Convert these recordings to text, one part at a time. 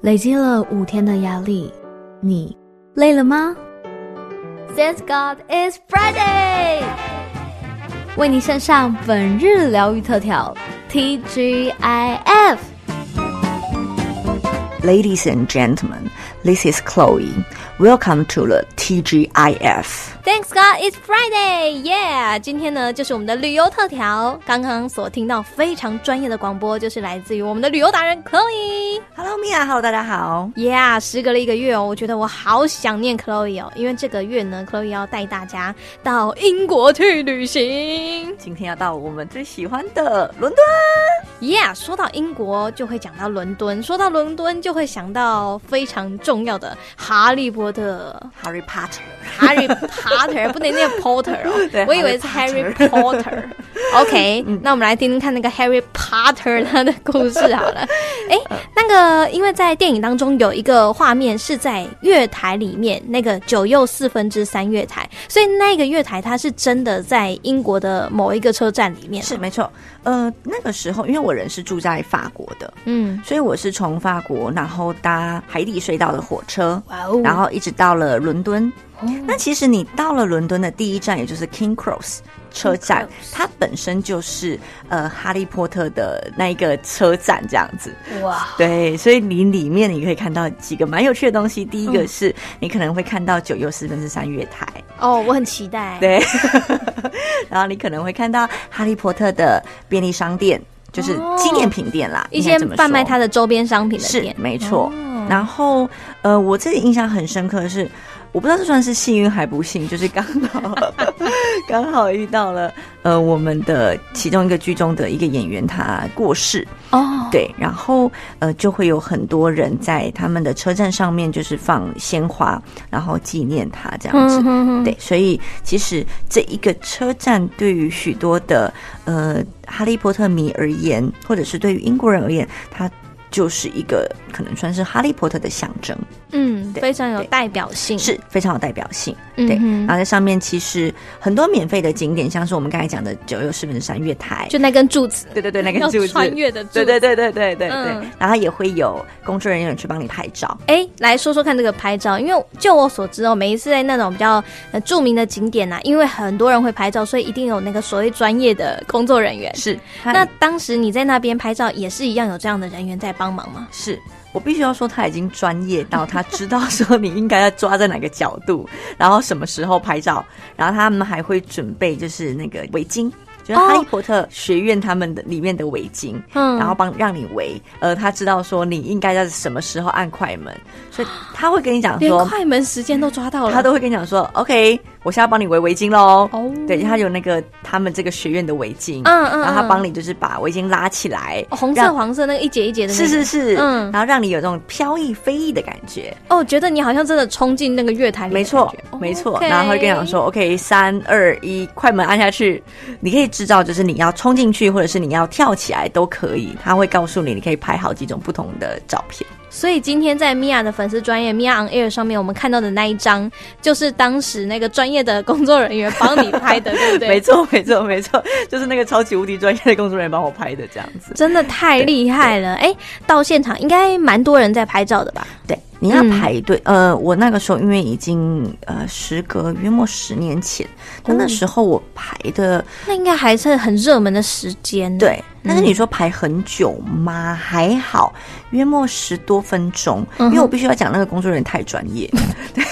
累积了五天的压力，你累了吗？Thank God it's Friday！为你献上本日疗愈特调 TGIF。 Ladies and gentlemen, this is Chloe. Welcome to the TGIF. Thanks God, it's Friday, yeah！今天呢，就是我们的旅游特调。刚刚所听到非常专业的广播，就是来自于我们的旅游达人 Chloe。 Hello Mia，Hello 大家好。 Yeah，时隔了一个月哦，我觉得我好想念 Chloe 哦，因为这个月呢，Chloe 要带大家到英国去旅行。今天要到我们最喜欢的伦敦。 Yeah，说到英国就会讲到伦敦，说到伦敦就会想到非常重要的哈利波特 （Harry Potter）。 Harry Potter 不能念 Potter 对哦，我以为是 Harry Harry Potter。OK，那嗯我们来听听看那个 Harry Potter 他的故事好 了。哎，那个因为在电影当中有一个画面是在月台里面，那个九又四分之三月台，所以那个月台它是真的在英国的某一个车站里面。是没错，呃，那个时候因为我人是住在法国的，嗯，所以我是从法国，然后搭海底隧道的火车，哇哦然后一直到了伦敦。那其实你到了伦敦的第一站，也就是 King Cross 车站 Cross，它本身就是呃哈利波特的那一个车站这样子。哇，哦对，所以你里面你可以看到几个蛮有趣的东西。第一嗯个是你可能会看到九又四分之三月台，哦，我很期待。对， 然后你可能会看到哈利波特的便利商店，就是纪念品店啦，哦一些贩卖它的的周边商品的是店，哦没错。然后呃，我自己印象很深刻的是，我不知道这算是幸运还不幸，就是刚好 刚好遇到了呃我们的其中一个剧中的一个演员他过世，哦，对，然后呃，就会有很多人在他们的车站上面就是放鲜花，然后纪念他这样子。嗯哼哼对，所以其实这一个车站对于许多的呃哈利波特迷而言，或者是对于英国人而言，它就是一个可能算是哈利波特的象征，嗯，对非常有对代表性，是非常有代表性。嗯对，啊哼然后在上面其实很多免费的景点，像是我们刚才讲的九又四分之三月台，就那根柱子，对对对，那个要柱子穿越的柱对子。对对对对对对，嗯然后也会有工作人员去帮你拍照。哎，来说说看这个拍照，因为就我所知哦，每一次在那种比较呃著名的景点呐、因为很多人会拍照，所以一定有那个所谓专业的工作人员。是，那那当时你在那边拍照，也是一样有这样的人员在帮忙吗？是我必须要说，他已经专业到他知道说你应该要抓在哪个角度，然后什么时候拍照，然后他们还会准备就是那个围巾。就是哦哈利波特学院他们的里面的围巾，嗯然后帮让你围，呃，他知道说你应该在什么时候按快门，所以他会跟你讲连说，快门时间都抓到了，他都会跟你讲说，OK，我现在帮你围围巾喽。哦对，他有那个他们这个学院的围巾，嗯嗯然后他嗯帮你就是把围巾拉起来，哦红色、让黄色那个一节一节的、那是个，是是，嗯然后让你有这种飘逸飞逸的感觉，哦，觉得你好像真的冲进那个月台里的没哎感觉，哦错没错。 OK 然后他会跟你讲说，OK，三二一，快门按下去，你可以知道就是你要冲进去，或者是你要跳起来都可以，他会告诉你，你可以拍好几种不同的照片。所以今天在米娅的粉丝专业米娅 on air 上面，我们看到的那一张，就是当时那个专业的工作人员帮你拍 的，对不对？没错没错没错，就是那个超级无敌专业的工作人员帮我拍的这样子。真的太厉害了！哎，到现场应该蛮多人在拍照的吧？对，你要嗯排队。呃，我那个时候因为已经呃，时隔约莫十年前，那嗯那时候我排的，那应该还是很热门的时间。，对，但嗯是你说排很久吗？还好，约莫十多分钟，嗯因为我必须要讲那个工作人员太专业， 对，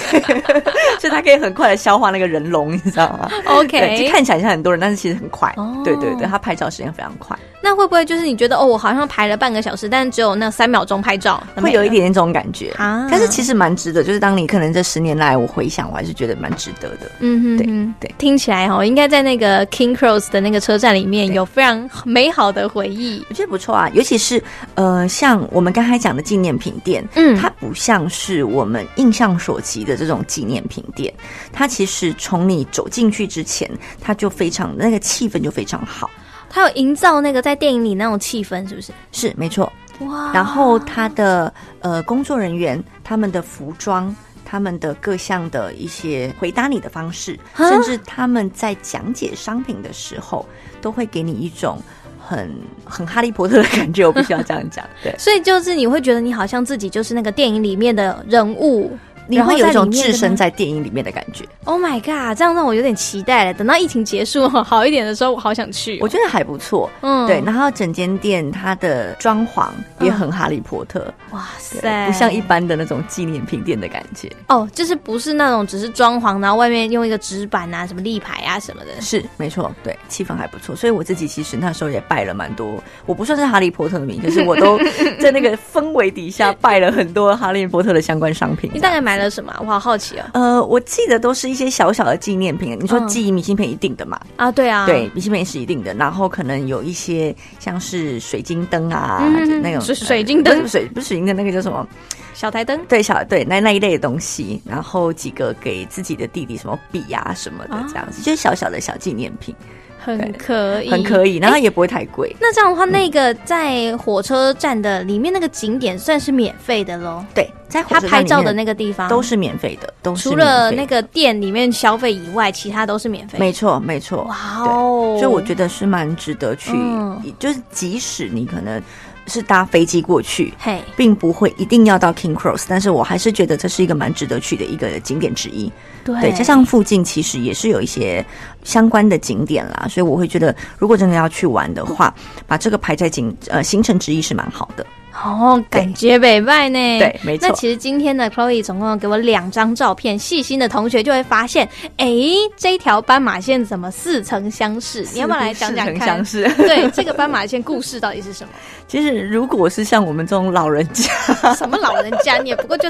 所以他可以很快的消化那个人龙，你知道吗 OK 对就看起来像很多人，但是其实很快，哦对对对，他拍照时间非常快，那会不会就是你觉得哦，我好像排了半个小时，但只有那三秒钟拍照，会有一点点这种感觉啊但是其实蛮值得，就是当你可能这十年来我回想，我还是觉得蛮值得的。嗯哼哼，对对听起来哦，应该在那个 King Cross 的那个车站里面对有非常美好的回忆。我觉得不错啊，尤其是呃，像我们刚才讲的纪念品店，嗯它不像是我们印象所及的这种纪念品店，它其实从你走进去之前，它就非常那个气氛就非常好，它有营造那个在电影里那种气氛，是不是？是没错。哇然后它的呃工作人员他们的服装。他们的各项的一些回答你的方式，啊甚至他们在讲解商品的时候，都会给你一种很很哈利波特的感觉，我必须要这样讲。对，所以就是你会觉得你好像自己就是那个电影里面的人物，你会有一种置身在里面跟他。在电影里面的感觉。 Oh my god！这样让我有点期待了。等到疫情结束好一点的时候，我好想去哦、我觉得还不错，嗯对。然后整间店它的装潢也很哈利波特，哇嗯对，塞，不像一般的那种纪念品店的感觉。哦，就是不是那种只是装潢，然后外面用一个纸板啊、什么立牌啊什么的。是，没错，对，气氛还不错。所以我自己其实那时候也拜了蛮多，我不算是哈利波特的迷，可是我 都在那个氛围底下拜了很多哈利波特的相关商 品。你大概买了什么啊、我好好奇哦。呃，我记得都是一些小小的纪念品。你说嗯记明信片一定的嘛？啊，对啊，对，明信片是一定的。然后可能有一些像是水晶灯啊，嗯就那种水水晶灯不是水不是水晶灯，那个叫什么？小台灯对，小对那那一类的东西。然后几个给自己的弟弟什么笔啊什么的啊，这样子，就是小小的小纪念品，很对可以，很可以。以。然后也不会太贵。那这样的话，那个在火车站的里面那个景点算是免费的喽？对，在火他车拍站里照面的那个地方都是免费的，都是除了免费那个的店里面消费以外，其他都是免费。没错没错。哇哦！所以我觉得是蛮值得去，嗯就是即使你可能是搭飞机过去，嘿，并不会一定要到 King Cross，但是我还是觉得这是一个蛮值得去的一个景点之一。对对，加上附近其实也是有一些相关的景点啦，所以我会觉得，如果真的要去玩的话，把这个排在景呃行程之一是蛮好的。哦，感觉北拜呢。对没错那其实今天的 Chloe 总共有给我两张照片，细心的同学就会发现，诶，这条斑马线怎么似曾相识？你要不要来讲讲似曾 看相？识。对，这个斑马线故事到底是什么？其实如果是像我们这种老人家， 什么老人家，你也不过就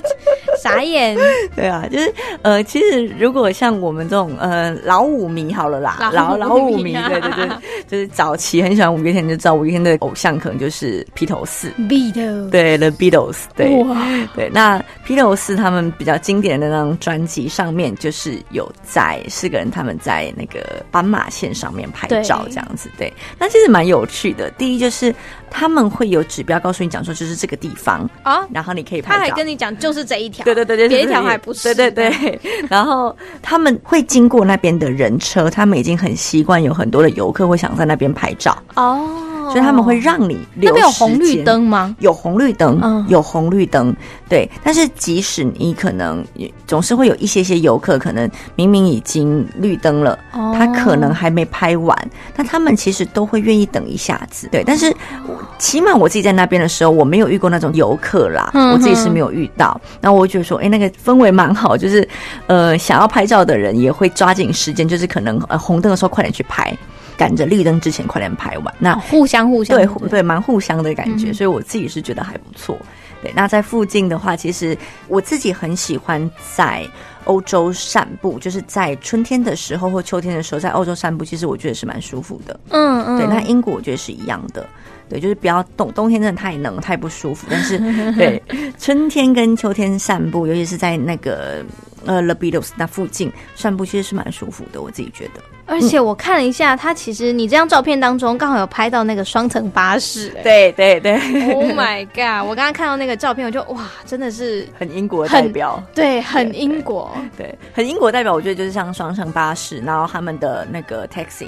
傻眼。对啊，就是呃，其实如果像我们这种呃老舞迷好了啦，老老舞老舞迷 迷，啊对对对，就是早期很喜欢五月天，就知道五月天的偶像可能就是披头士， B 的，对，The Beatles，对哇，对。那披头士他们比较经典的那张专辑上面，就是有在四个人他们在那个斑马线上面拍对照这样子，对。那其实蛮有趣的，第一就是他们会有指标告诉你讲说，就是这个地方，啊，然后你可以拍他还照。跟你讲就是这一条，啊对对对对，别就条还不是，对对对。 然后他们会经过那边的人车，他们已经很习惯，有很多的游客会想在那边拍照，哦，所以他们会让你那留边有时红绿间。灯吗？有红绿灯，嗯有红绿灯，对。但是即使你可能也总是会有一些些游客，可能明明已经绿灯了，哦他可能还没拍完，但他们其实都会愿意等一下子，对。但是我起码我自己在那边的时候，我没有遇过那种游客啦，嗯哼我自己是没有遇到。那我会觉得说，哎、那个氛围蛮好，就是呃，想要拍照的人也会抓紧时间，就是可能呃红灯的时候快点去拍，赶着绿灯之前快点拍完。那互相互相对不互对，蛮互相的感觉，所以我自己是觉得还不错。对，那在附近的话，其实我自己很喜欢在欧洲散步，就是在春天的时候或秋天的时候，在欧洲散步，其实我觉得是蛮舒服的。嗯嗯，对，那英国我觉得是一样的。对，就是不要冬冬天真的太冷太不舒服，但 是对春天跟秋天散步，尤其是在那个呃 l a b i d o s 那附近散步，其实是蛮舒服的，我自己觉得。而且我看了一下，它其实你这张照片当中刚好有拍到那个双层巴士、哎对对对， Oh my god！我刚刚看到那个照片，我就哇，真的是 很英国的很代表。对，很英国。对，很英国代表，我觉得就是像双层巴士，然后他们的那个 taxi，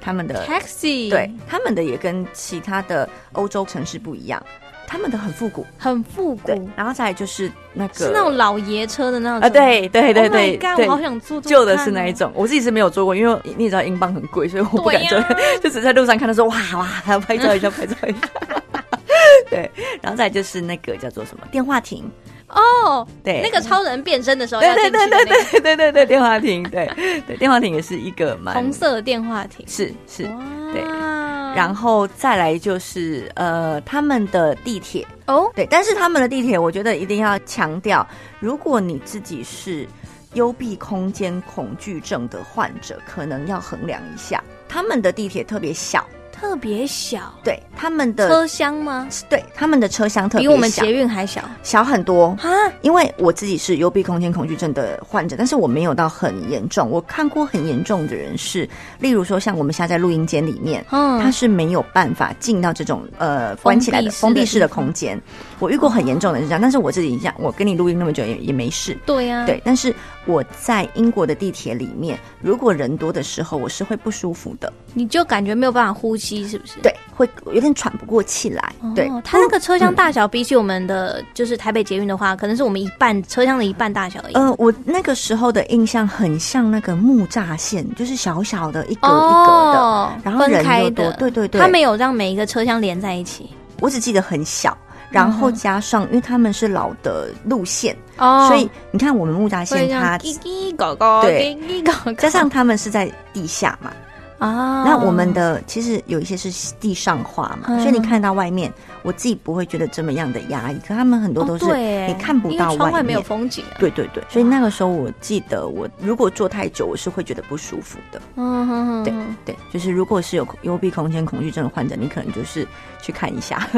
他们的 Taxi 对，他们的也跟其他的欧洲城市不一样，他们的很复古，很复古对，，然后再来就是那个哦是那种老爷车的那种啊，对对对 Oh my 对 god！对我好想坐坐看哦，旧的是那一种，我自己是没有做过，因为你也知道英镑很贵，所以我不敢对做，呀 就只在路上看到说哇哇，还要拍照一下，拍照一下。 对，然后再来就是那个叫做什么电话亭，哦，对，那个超人变身的时候要进对对去的对那对个对对对对电话亭，对对电话亭也是一个蛮红色的电话亭，是是，对哇，然后再来就是呃他们的地铁，哦，对，但是他们的地铁，我觉得一定要强调，如果你自己是幽闭空间恐惧症的患者，可能要衡量一下，他们的地铁特别小，特别小，对他们的车厢吗？对他们的车厢特别比小，我们捷运还小小很多。啊！因为我自己是幽闭空间恐惧症的患者，但是我没有到很严重。我看过很严重的人是，例如说像我们现在在录音间里面，嗯，它是没有办法进到这种呃关起来的封封闭闭式式的的空间。我遇过很严重的人是这样，但是我自己像我跟你录音那么久也也没事。对呀、啊，对，但是我在英国的地铁里面，如果人多的时候，我是会不舒服的。你就感觉没有办法呼吸，是不是？对，会有点喘不过气来。对嗯哦，它那个车厢大小比起我们的、就是台北捷运的话，可能是我们一半车厢的一半大小而已。呃，我那个时候的印象很像那个木栅线，就是小小的一格一格的，哦然后分人开又多的，对对对，它没有让每一个车厢连在一起。我只记得很小，然后加上、因为他们是老的路线，嗯哦所以你看我们木栅会线这样它叽叽搞搞，对叽叽搞搞，加上他们是在地下嘛，啊，那我们的其实有一些是地上化嘛，嗯所以你看到外面，我自己不会觉得这么样的压抑，可他们很多都是哦对你看不因为到窗外外没有面。风景啊。对对对，所以那个时候我记得，我如果坐太久，我是会觉得不舒服的。嗯哼哼，对对，就是如果是有幽闭空间恐惧症的患者，你可能就是去看一 下，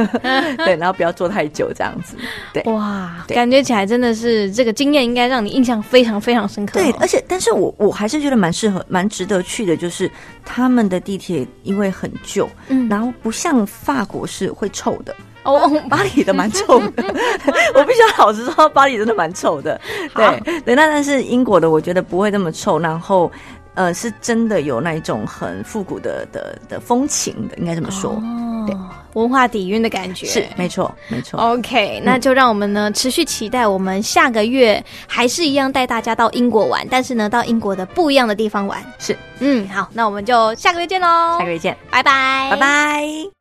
对，然后不要坐太久这样子。哇，对感觉起来真的是这个经验应该让你印象非常非常深刻哦。对，而且但是我我还是觉得蛮适合、蛮值得去的，就是他们的地铁因为很旧，嗯，然后不像法国是会臭的，哦 哦，巴黎的蛮臭 的，我必须要老实说，巴黎真的蛮臭的。好对对，那但是英国的我觉得不会那么臭，然后呃是真的有那一种很复古的的的风情的，应该这么说，哦对文化底蕴的感觉是没错没错。 OK，那就让我们呢持续期待，我们下个月还是一样带大家到英国玩，但是呢到英国的不一样的地方玩。是，嗯，好，那我们就下个月见喽，下个月见，拜拜，拜拜。